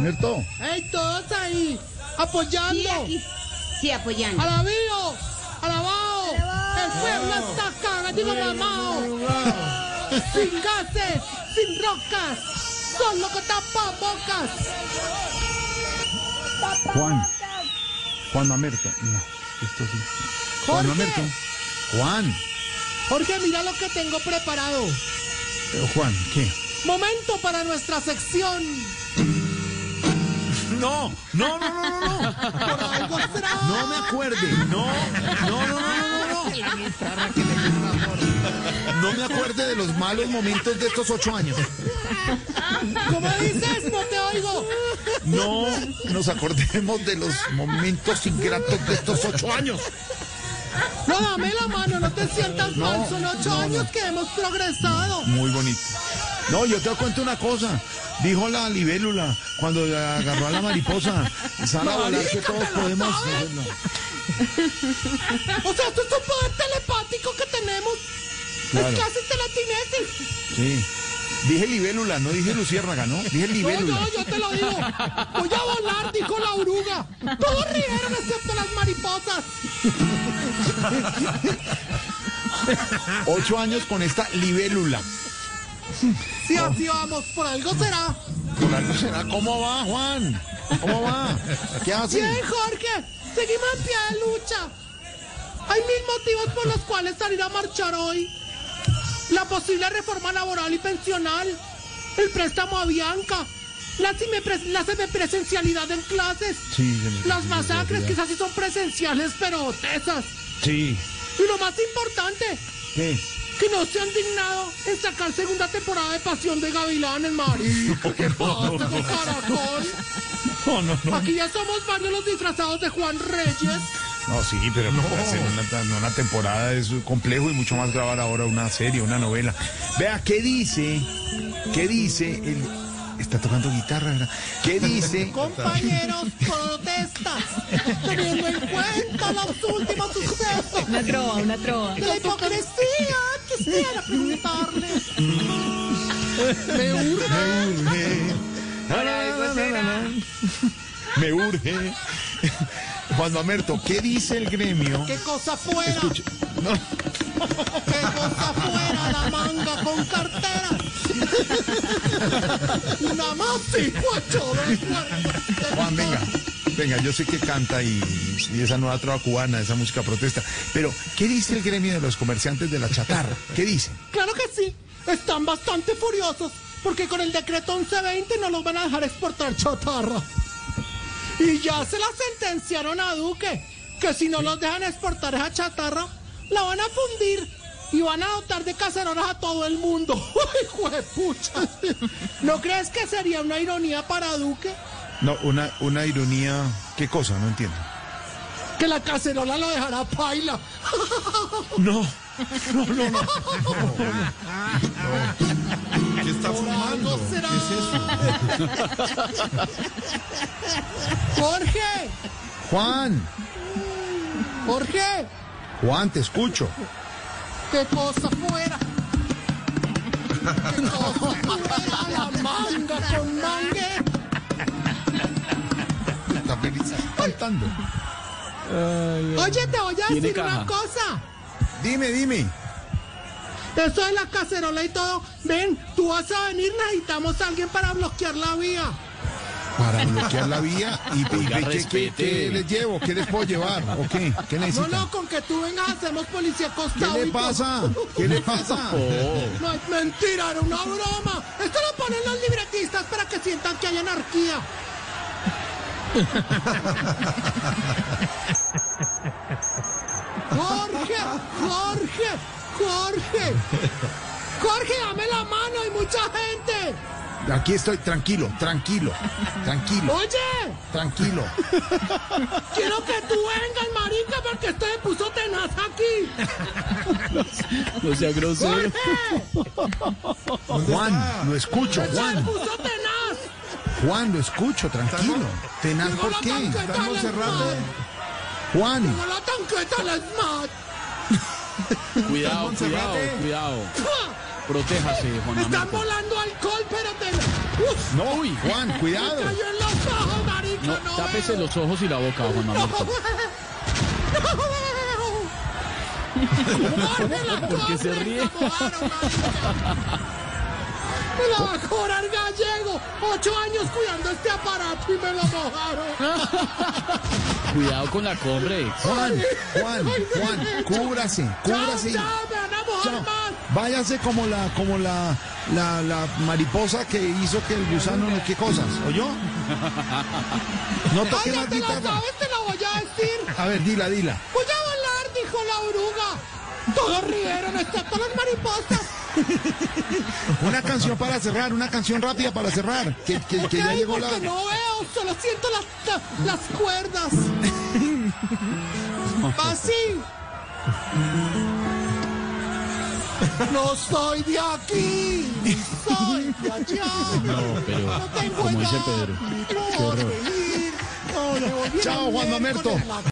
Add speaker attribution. Speaker 1: ¿Cierto?
Speaker 2: ¡Ey, todos ahí! ¡Apoyando!
Speaker 3: Sí, aquí. Sí, apoyando.
Speaker 2: ¡Alabío! ¡Alabado! ¡El pueblo está cagadito mamado! ¡Sin gases! ¡Sin rocas! ¡Solo con tapabocas!
Speaker 1: Juan. Juan Mamerto. No, esto sí. Juan
Speaker 2: Jorge.
Speaker 1: Mamerto. Juan.
Speaker 2: Jorge, mira lo que tengo preparado.
Speaker 1: Pero Eh, Juan, ¿qué?
Speaker 2: Momento para nuestra sección.
Speaker 1: No, no, no, no, no, no.
Speaker 2: Por algo será.
Speaker 1: No me acuerde. No, no, no, no, no, no, no. No me acuerde de los malos momentos de estos ocho años.
Speaker 2: ¿Cómo dices? No te oigo.
Speaker 1: No nos acordemos de los momentos ingratos de estos ocho años.
Speaker 2: No, dame la mano, no te sientas
Speaker 1: No,
Speaker 2: mal. Son ocho
Speaker 1: no, no.
Speaker 2: años que hemos progresado.
Speaker 1: Muy bonito. No, yo te cuento una cosa. Dijo la libélula cuando agarró a la mariposa. Sal a volar que todos podemos. No.
Speaker 2: O sea, esto es un poder telepático que tenemos.
Speaker 1: Claro.
Speaker 2: Es casi telatinesis.
Speaker 1: Sí. Dije libélula, no dije luciérnaga, ¿no? Dije
Speaker 2: No,
Speaker 1: libélula.
Speaker 2: yo, yo te lo digo. Voy a volar, dijo la oruga. Todos rieron excepto las mariposas.
Speaker 1: Ocho años con esta libélula.
Speaker 2: Sí, así vamos, por algo será.
Speaker 1: Por algo será. ¿Cómo va, Juan? ¿Cómo va? ¿Qué hace?
Speaker 2: Bien, Jorge, seguimos en pie de lucha. Hay mil motivos por los cuales salir a marchar hoy. La posible reforma laboral y pensional, el préstamo a Bianca, la, semipres- la semipresencialidad en clases,
Speaker 1: Sí, semipresencialidad.
Speaker 2: las masacres, quizás sí son presenciales, pero tesas.
Speaker 1: Sí.
Speaker 2: Y lo más importante,
Speaker 1: ¿Qué?
Speaker 2: que no se han dignado en sacar segunda temporada de Pasión de Gavilanes, marica. ¿Qué pasa con Caracol?
Speaker 1: No, no, no.
Speaker 2: Aquí ya somos varios los disfrazados de Juan Reyes.
Speaker 1: No, sí, pero no. hacer una, una temporada es complejo y mucho más grabar ahora una serie, una novela. Vea, ¿qué dice? ¿Qué dice el... Está tocando guitarra, ¿verdad? ¿Qué dice?
Speaker 2: Compañeros, protestas, teniendo en cuenta los últimos sucesos
Speaker 4: Una trova, una trova.
Speaker 2: de la hipocresía, quisiera preguntarles.
Speaker 1: Me
Speaker 2: Me urge.
Speaker 1: urge. Na, na, na, na, na, na. Me urge. Juan Mamerto, ¿qué dice el gremio?
Speaker 2: ¿Qué cosa fuera?
Speaker 1: Escuche, no,
Speaker 2: ¿Qué cosa fuera la manga con cartera? Una más y cuatro de cuerpo.
Speaker 1: Juan, venga. Venga, yo sé que canta y, y esa nueva trova cubana, esa música protesta. Pero, ¿qué dice el gremio de los comerciantes de la chatarra? ¿Qué dice?
Speaker 2: Claro que sí, están bastante furiosos porque con el decreto 1120 no los van a dejar exportar chatarra. Y ya se la sentenciaron a Duque, que si no los dejan exportar esa chatarra, la van a fundir y van a dotar de cacerolas a todo el mundo. ¡Ay, juepucha! ¿No crees que sería una ironía para Duque
Speaker 1: No, una, una ironía. ¿Qué cosa? No entiendo.
Speaker 2: que la cacerola lo dejara paila?
Speaker 1: No. No, no, no.
Speaker 5: ¿Qué está
Speaker 2: algo
Speaker 5: fumando?
Speaker 2: Ah, será.
Speaker 5: ¿Qué es eso?
Speaker 2: ¡Jorge!
Speaker 1: Juan,
Speaker 2: ¡Jorge!
Speaker 1: Juan, te escucho.
Speaker 2: ¡Qué cosa fuera! ¡Qué cosa fuera la manga con mangue!
Speaker 1: Está feliz cantando.
Speaker 2: Oye, te voy a decir una cosa.
Speaker 1: Dime, dime.
Speaker 2: Eso de la cacerola y todo. Ven, tú vas a venir, necesitamos a alguien para bloquear la vía.
Speaker 1: Para bloquear la vía y, y-
Speaker 5: Oiga,
Speaker 1: ¿qué- qué, qué,
Speaker 5: respete.
Speaker 1: les llevo, qué les puedo llevar, ¿O qué? ¿Qué
Speaker 2: No,
Speaker 1: necesitan?
Speaker 2: no, con que tú vengas hacemos policía
Speaker 1: ¿Qué
Speaker 2: costado.
Speaker 1: le
Speaker 2: y todo.
Speaker 1: pasa? ¿Qué le pasa?
Speaker 2: No es mentira, era una broma. Esto lo ponen los libretistas para que sientan que hay anarquía. Jorge, Jorge, Jorge. Jorge, dame la mano, hay mucha gente.
Speaker 1: Aquí estoy, tranquilo, tranquilo, tranquilo,
Speaker 2: Oye,
Speaker 1: tranquilo.
Speaker 2: quiero que tú vengas, marica, porque esto me puso tenaz aquí.
Speaker 6: No sea grosero.
Speaker 2: Jorge,
Speaker 1: Juan, lo escucho,
Speaker 2: se me
Speaker 1: Juan,
Speaker 2: puso tenaz.
Speaker 1: Juan, lo escucho, tranquilo. Tenaz,
Speaker 2: Llegó
Speaker 1: ¿por
Speaker 2: la
Speaker 1: qué?
Speaker 2: tanqueta
Speaker 5: ¿Estamos
Speaker 2: al
Speaker 5: cerrando?
Speaker 2: SMAT,
Speaker 1: Juan,
Speaker 2: llegó la tanqueta al SMAT.
Speaker 6: Cuidado, cuidado, cuidado. Protéjase, Juan
Speaker 2: Están
Speaker 6: Mamerto.
Speaker 2: volando alcohol, pero te...
Speaker 1: No, Juan, cuidado.
Speaker 2: Me cayó en los ojos, marica,
Speaker 6: No,
Speaker 2: no,
Speaker 6: tápese
Speaker 2: veo.
Speaker 6: los ojos y la boca, Juan
Speaker 2: No
Speaker 6: Manuel.
Speaker 2: veo. No veo.
Speaker 6: ¿Por qué se
Speaker 2: Córrela,
Speaker 6: ríe?
Speaker 2: córrela, marica. Me la va a cobrar gallego. Ocho años cuidando este aparato y me lo mojaron.
Speaker 6: Cuidado con la cobre.
Speaker 1: Juan, Juan, Juan, cúbrase, cúbrase.
Speaker 2: Chao, chao, me van a mojar
Speaker 1: Chao.
Speaker 2: más.
Speaker 1: Váyase como la, como la, la, la mariposa que hizo que el gusano no qué cosas, ¿oyó? No
Speaker 2: Ay,
Speaker 1: toque
Speaker 2: ya
Speaker 1: más
Speaker 2: te la
Speaker 1: guitarra.
Speaker 2: sabes, te la voy a decir.
Speaker 1: A ver, dila, dila.
Speaker 2: Voy a volar, dijo la oruga. Todos rieron, excepto las mariposas.
Speaker 1: Una canción para cerrar, una canción rápida para cerrar. Que, que- que ya
Speaker 2: Ay,
Speaker 1: llegó la.
Speaker 2: porque no veo, solo siento las, la- las cuerdas. Va así. No soy de aquí, soy de allá.
Speaker 6: No, pero
Speaker 2: No tengo
Speaker 6: como dice
Speaker 2: edad,
Speaker 6: Pedro.
Speaker 2: no voy a vivir, no me voy a
Speaker 1: Chao, Juan
Speaker 2: vender
Speaker 1: Mamerto.
Speaker 2: con el